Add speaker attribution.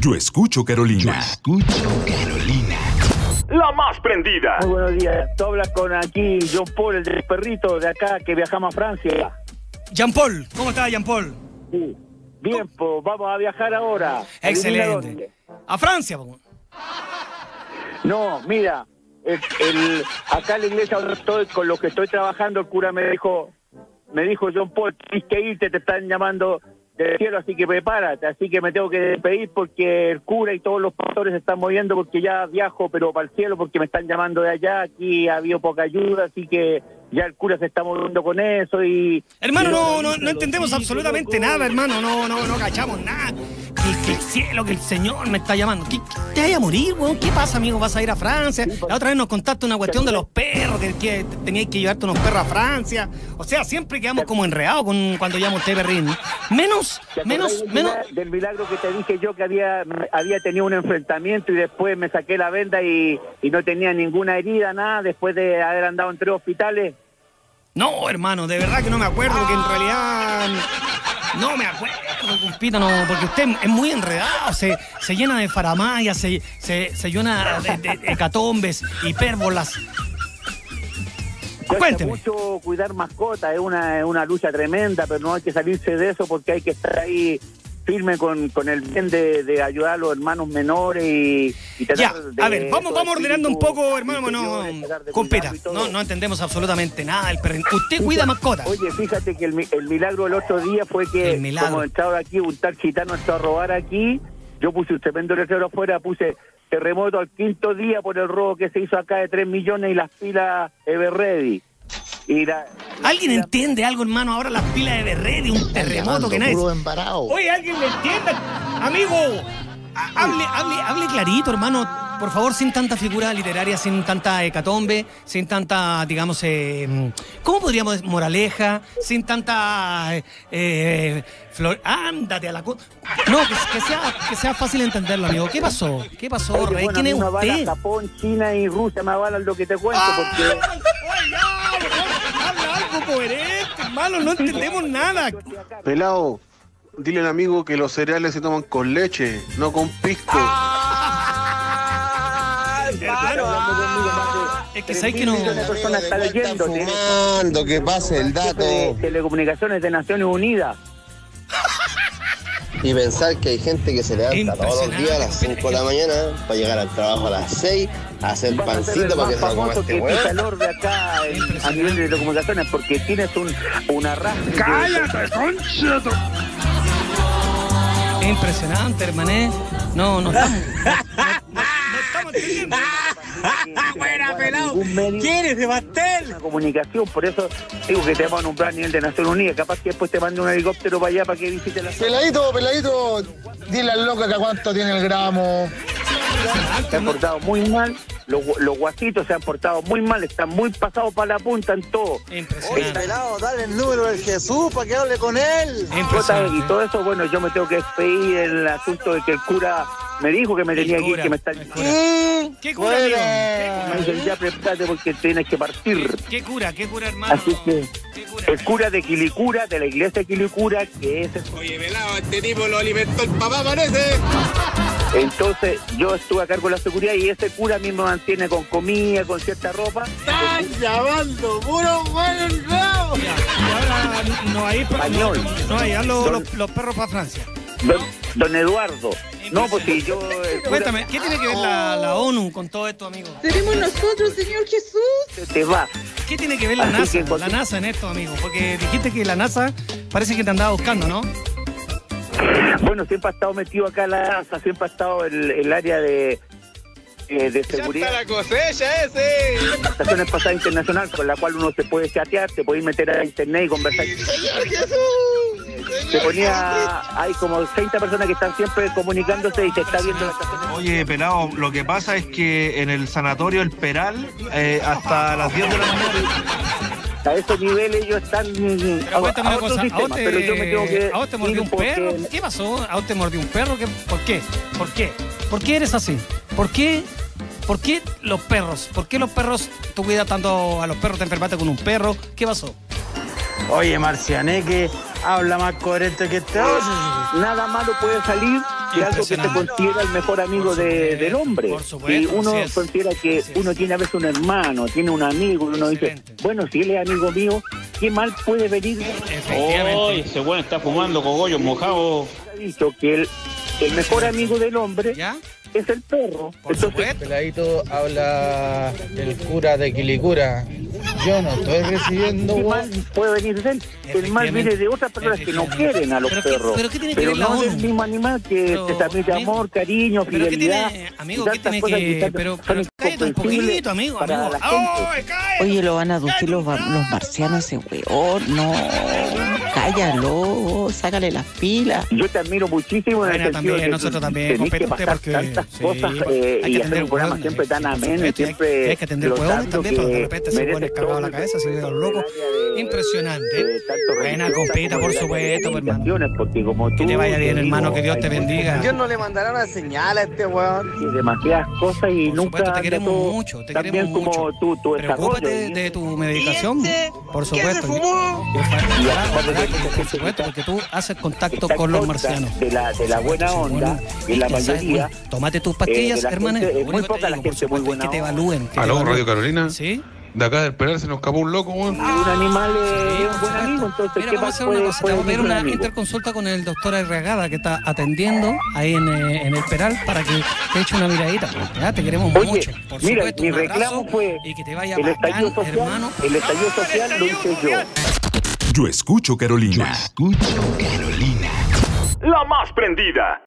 Speaker 1: Yo escucho Carolina.
Speaker 2: escucho Carolina.
Speaker 3: La más prendida.
Speaker 4: Muy buenos días. Tú hablas con aquí John Paul, el del perrito de acá que viajamos a Francia.
Speaker 5: Jean Paul, ¿cómo está Jean Paul?
Speaker 4: Sí. Bien, pues vamos a viajar ahora. Adivina dónde.
Speaker 5: Excelente. A Francia, po.
Speaker 4: No, mira, el- el- acá en la iglesia donde estoy, con lo que estoy trabajando, el cura me dijo, me dijo John Paul, tienes que irte, te están llamando del cielo, así que prepárate, así que me tengo que despedir porque el cura y todos los pastores se están moviendo porque ya viajo, pero para el cielo porque me están llamando de allá, aquí ha habido poca ayuda, así que ya el cura se está moviendo con eso y...
Speaker 5: Hermano,
Speaker 4: y
Speaker 5: no,
Speaker 4: los-
Speaker 5: no, no entendemos
Speaker 4: los-
Speaker 5: absolutamente
Speaker 4: los-
Speaker 5: nada, hermano. No, no, no cachamos nada. Que, que el cielo, que el Señor me está llamando. ¿Qué, qué te vaya a morir, weón? ¿Qué pasa, amigo? ¿Vas a ir a Francia? La otra vez nos contaste una cuestión de los perros, que, que teníais que llevarte unos perros a Francia. O sea, siempre quedamos como enredados con, cuando llevamos té perrín. Menos,
Speaker 4: ¿Te acordás
Speaker 5: menos,
Speaker 4: del
Speaker 5: menos.
Speaker 4: milagro- Del milagro que te dije yo que había, había tenido un enfrentamiento y después me saqué la venda y, y no tenía ninguna herida, nada, después de haber andado en tres hospitales.
Speaker 5: No, hermano, de verdad que no me acuerdo, que en realidad. No me acuerdo, compita, no, porque usted es muy enredado, se, se llena de faramaya, se, se, se llena de, de hecatombes, hipérbolas.
Speaker 4: Cuesta
Speaker 5: Cuénteme.
Speaker 4: mucho cuidar mascotas, es una, es una lucha tremenda, pero no hay que salirse de eso porque hay que estar ahí firme con, con el bien de, de ayudar a los hermanos menores y, y
Speaker 5: Ya,
Speaker 4: tratar de-
Speaker 5: a ver, vamos,
Speaker 4: todo
Speaker 5: vamos ordenando un
Speaker 4: espíritu
Speaker 5: poco, hermano, no,
Speaker 4: interior, tratar de
Speaker 5: compita,
Speaker 4: cuidarlo y todo.
Speaker 5: no, no entendemos absolutamente nada del perrín. Usted cuida mascotas.
Speaker 4: Oye, fíjate que el, mi- el milagro del otro día fue que,
Speaker 5: El milagro.
Speaker 4: como estaba aquí, un tal gitano entró a robar aquí. Yo puse un tremendo letrero afuera, puse terremoto al quinto día por el robo que se hizo acá de 3 millones y las pilas Everready. Y la,
Speaker 5: ¿Alguien
Speaker 4: la-
Speaker 5: entiende algo, hermano? Ahora las pilas de Berredi, un terremoto que nadie...
Speaker 2: Puro embarao.
Speaker 5: Oye, alguien me entienda. Amigo, ha- hable, hable, hable clarito, hermano. Por favor, sin tanta figura literaria, sin tanta hecatombe, sin tanta, digamos, eh, ¿cómo podríamos decir? Moraleja, sin tanta. eh, eh, flor- ándate a la. co- No, que, que sea, que sea fácil entenderlo, amigo. ¿Qué pasó? ¿Qué pasó,
Speaker 4: Oye,
Speaker 5: Rey?
Speaker 4: bueno,
Speaker 5: ¿Quién
Speaker 4: a
Speaker 5: es
Speaker 4: mí me avalan
Speaker 5: usted? Ah,
Speaker 4: Japón, China y Rusia me avalan lo que te cuento, porque...
Speaker 5: Habla algo coherente, hermano, no entendemos nada.
Speaker 6: Pelado, dile al amigo que los cereales se toman con leche, no con pisco.
Speaker 5: Es que sabes que no.
Speaker 4: Una persona está leyéndote.
Speaker 2: Fumando, que pase el dato.
Speaker 4: Jefe de Telecomunicaciones de Naciones Unidas.
Speaker 2: Y pensar que hay gente que se levanta todos los días a las
Speaker 5: Impresionante.
Speaker 2: 5 de la mañana para llegar al trabajo a las 6, a hacer
Speaker 4: Vas a ser
Speaker 2: pancito
Speaker 4: el
Speaker 2: para
Speaker 4: más
Speaker 2: que se lo coma
Speaker 4: famoso
Speaker 2: este
Speaker 4: que pisa
Speaker 2: weón.
Speaker 4: el orbe acá en- a nivel de telecomunicaciones porque tienes un, una rastra. ¡Cállate!
Speaker 5: Impresionante, hermané. No, no estamos. no- no estamos entendiendo.
Speaker 4: ¡Buena, pelado! ¿Quién es de pastel? comunicación, por eso digo que te van a un plan a nivel de Naciones Unidas. Capaz que después te mande un helicóptero para allá para que visite la zona.
Speaker 7: Peladito, peladito, dile al loca que a cuánto tiene el gramo.
Speaker 4: Se han portado muy mal. Los, gu- los guasitos se han portado muy mal. Están muy pasados para la punta en todo.
Speaker 5: Impresionante.
Speaker 2: pelado, dale el número del Jesús para que hable con él.
Speaker 4: Jota, y
Speaker 5: Impresionante.
Speaker 4: todo eso, bueno, yo me tengo que despedir el asunto de que el cura me dijo que me tenía
Speaker 5: El
Speaker 4: que ir,
Speaker 5: cura,
Speaker 4: que me está
Speaker 5: el cura. ¿Qué cura, amigo?
Speaker 4: Me
Speaker 5: ¿Qué
Speaker 4: dice, ya prepárate porque tienes que partir.
Speaker 5: cura? ¿Qué cura, qué cura, hermano?
Speaker 4: Así que
Speaker 5: ¿Qué cura?
Speaker 4: el cura de Quilicura, de la iglesia de Quilicura, que es...
Speaker 8: Oye, velado, este tipo lo alimentó el papá, parece.
Speaker 4: Entonces yo estuve a cargo de la seguridad y ese cura a mí me mantiene con comida, con cierta ropa.
Speaker 8: Están llamando, puro buen rabo.
Speaker 5: Ya, Y ahora no hay, pa- no,
Speaker 4: Español.
Speaker 5: no hay, ya los, los- los perros para Francia.
Speaker 4: Don, don Eduardo. No, pues si yo... el cura
Speaker 5: Cuéntame, ¿qué tiene que ver la, la ONU con todo esto, amigo?
Speaker 9: Seremos
Speaker 5: Pues,
Speaker 9: nosotros, Señor Jesús.
Speaker 4: Te va.
Speaker 5: ¿Qué tiene que ver la
Speaker 4: Así
Speaker 5: NASA?
Speaker 4: que-
Speaker 5: La NASA en esto, amigo. Porque dijiste que la NASA parece que te andaba buscando, ¿no?
Speaker 4: Bueno, siempre ha estado metido acá la NASA, siempre ha estado el, el área de, eh, de seguridad.
Speaker 8: la cosecha eh, ese.
Speaker 4: Estación Espacial Internacional con la cual uno se puede chatear, te puede meter a internet y conversar.
Speaker 8: Señor Jesús.
Speaker 4: Se ponía, hay como 30 personas que están siempre comunicándose y te está viendo la estación.
Speaker 10: Oye, pelado, lo que pasa es que en el sanatorio El Peral, eh, hasta las 10 de la mañana.
Speaker 4: A esos niveles ellos están
Speaker 5: Pero cuéntame una
Speaker 4: otro
Speaker 5: cosa, ¿a
Speaker 4: sistema,
Speaker 5: vos te,
Speaker 4: pero yo me tengo que
Speaker 5: a vos te
Speaker 4: ir
Speaker 5: mordió un
Speaker 4: porque-
Speaker 5: perro? ¿Qué pasó? ¿A vos te mordió un perro? ¿Qué- ¿Por qué? ¿Por qué? ¿Por qué eres así? ¿Por qué? ¿Por qué los perros? ¿Por qué los perros? Tú cuidas tanto a los perros, te enfermaste con un perro. ¿Qué pasó?
Speaker 2: Oye, Marcianeque, habla más coherente que este.
Speaker 4: Nada malo puede salir y algo que se considera el mejor amigo de- del hombre.
Speaker 5: Por supuesto,
Speaker 4: y uno
Speaker 5: así es.
Speaker 4: considera que
Speaker 5: Así es.
Speaker 4: uno tiene a veces un hermano, tiene un amigo, y uno dice,
Speaker 5: Excelente.
Speaker 4: bueno, si él es amigo mío, ¿qué mal puede venir?
Speaker 5: Efectivamente.
Speaker 1: ese weón está fumando cogollos mojados.
Speaker 4: Se ha dicho que el, el mejor amigo del hombre
Speaker 5: ¿Ya?
Speaker 4: es el perro.
Speaker 5: Por
Speaker 4: Entonces,
Speaker 5: supuesto.
Speaker 7: Peladito habla el cura de Quilicura. Yo no estoy recibiendo,
Speaker 4: ¿qué
Speaker 7: weón.
Speaker 4: mal puede venir de él? El mal
Speaker 5: Efectivamente.
Speaker 4: viene de otras personas que no
Speaker 5: Efectivamente.
Speaker 4: quieren a los
Speaker 5: ¿Pero qué-
Speaker 4: perros.
Speaker 5: pero qué tiene que ver la
Speaker 4: no
Speaker 5: ONU?
Speaker 4: del mismo animal que
Speaker 5: Pero,
Speaker 4: te transmite
Speaker 5: amigo,
Speaker 4: amor, cariño,
Speaker 5: ¿Pero qué
Speaker 4: fidelidad.
Speaker 5: tiene, amigo?
Speaker 4: y
Speaker 5: ¿Qué
Speaker 4: tantas
Speaker 5: tiene
Speaker 4: cosas
Speaker 5: que...?
Speaker 4: están-
Speaker 5: Pero,
Speaker 4: son
Speaker 5: pero cállate un
Speaker 4: incomprensibles
Speaker 5: poquito, amigo,
Speaker 4: para
Speaker 5: amigo.
Speaker 4: la gente.
Speaker 5: ¡Ay, cállate!
Speaker 11: Oye, lo van a aducir los, va- los marcianos ese weón. No, cállalo, sácale las pilas.
Speaker 4: Yo te admiro muchísimo en
Speaker 5: Bueno,
Speaker 4: el sentido
Speaker 5: también,
Speaker 4: de que
Speaker 5: nosotros también,
Speaker 4: tenés que
Speaker 5: compete usted
Speaker 4: pasar
Speaker 5: porque,
Speaker 4: tantas
Speaker 5: sí,
Speaker 4: cosas
Speaker 5: hay
Speaker 4: eh,
Speaker 5: que
Speaker 4: y
Speaker 5: atender
Speaker 4: hacer un programa
Speaker 5: hueones,
Speaker 4: siempre tan
Speaker 5: por
Speaker 4: ameno, y
Speaker 5: supuesto, hay-
Speaker 4: siempre
Speaker 5: hay que atender
Speaker 4: lo
Speaker 5: hueones
Speaker 4: tanto
Speaker 5: también, porque de
Speaker 4: que
Speaker 5: repente se
Speaker 4: merece
Speaker 5: ponen cagados la
Speaker 4: todo
Speaker 5: cabeza,
Speaker 4: el-
Speaker 5: se vuelven locos.
Speaker 4: el área de-
Speaker 5: Impresionante. ¿eh?
Speaker 4: de tanto
Speaker 5: Buena
Speaker 4: religiosa
Speaker 5: compita,
Speaker 4: como
Speaker 5: por
Speaker 4: de
Speaker 5: supuesto, pues, hermano.
Speaker 4: organizaciones, porque como
Speaker 5: Que
Speaker 4: tú,
Speaker 5: te vaya bien,
Speaker 4: digo,
Speaker 5: hermano, que Dios te
Speaker 4: hay
Speaker 5: bendiga.
Speaker 8: Dios no le mandará una señal a este weón.
Speaker 4: y demasiadas cosas y
Speaker 5: Por
Speaker 4: nunca
Speaker 5: supuesto, te
Speaker 4: anda
Speaker 5: queremos
Speaker 4: todo
Speaker 5: mucho, te
Speaker 4: tan
Speaker 5: queremos
Speaker 4: bien como
Speaker 5: mucho.
Speaker 4: tú, tu desarrollo
Speaker 5: Preocúpate
Speaker 4: y-
Speaker 5: de tu medicación, por
Speaker 8: ¿Qué se
Speaker 5: supuesto.
Speaker 8: fumó?
Speaker 5: Y ojalá-
Speaker 4: Y a
Speaker 5: ojalá-
Speaker 4: pesar de que
Speaker 5: ojalá
Speaker 4: la
Speaker 5: que,
Speaker 4: gente
Speaker 5: Por supuesto,
Speaker 4: está-
Speaker 5: porque tú haces contacto
Speaker 4: Esta
Speaker 5: con los
Speaker 4: cosa
Speaker 5: marcianos.
Speaker 4: De la, de la buena
Speaker 5: Sí,
Speaker 4: onda,
Speaker 5: bueno,
Speaker 4: de la
Speaker 5: ya sabes,
Speaker 4: mayoría.
Speaker 5: bueno, Tómate tus pastillas,
Speaker 4: eh, la
Speaker 5: hermano.
Speaker 4: gente-
Speaker 5: lo
Speaker 4: muy
Speaker 5: único que te
Speaker 4: poca la
Speaker 5: digo, por
Speaker 4: gente, muy
Speaker 5: supuesto, es
Speaker 4: buena
Speaker 5: Que te
Speaker 4: onda.
Speaker 5: evalúen. que te
Speaker 6: Aló,
Speaker 5: evalúen.
Speaker 6: Radio Carolina.
Speaker 5: ¿Sí?
Speaker 6: De acá del Peral se nos escapó un loco, weón.
Speaker 4: Un animal
Speaker 5: Ah, Sí,
Speaker 4: es un
Speaker 5: por
Speaker 4: buen
Speaker 5: supuesto.
Speaker 4: amigo, entonces,
Speaker 5: Mira,
Speaker 4: ¿qué
Speaker 5: vamos a
Speaker 4: más
Speaker 5: hacer una
Speaker 4: puede-
Speaker 5: cosa.
Speaker 4: puede
Speaker 5: Vamos a pedir
Speaker 4: decir un
Speaker 5: una
Speaker 4: amigo?
Speaker 5: interconsulta con el doctor Arriagada que está atendiendo ahí en, eh, en el Peral para que te eche una miradita. ¿ya? Te queremos
Speaker 4: Oye,
Speaker 5: mucho. Por
Speaker 4: mira,
Speaker 5: supuesto,
Speaker 4: mi
Speaker 5: un abrazo
Speaker 4: reclamo fue
Speaker 5: y que te vaya
Speaker 4: El estallido
Speaker 5: bacán,
Speaker 4: social,
Speaker 5: hermano.
Speaker 4: el estallido social lo hice yo.
Speaker 3: La más prendida.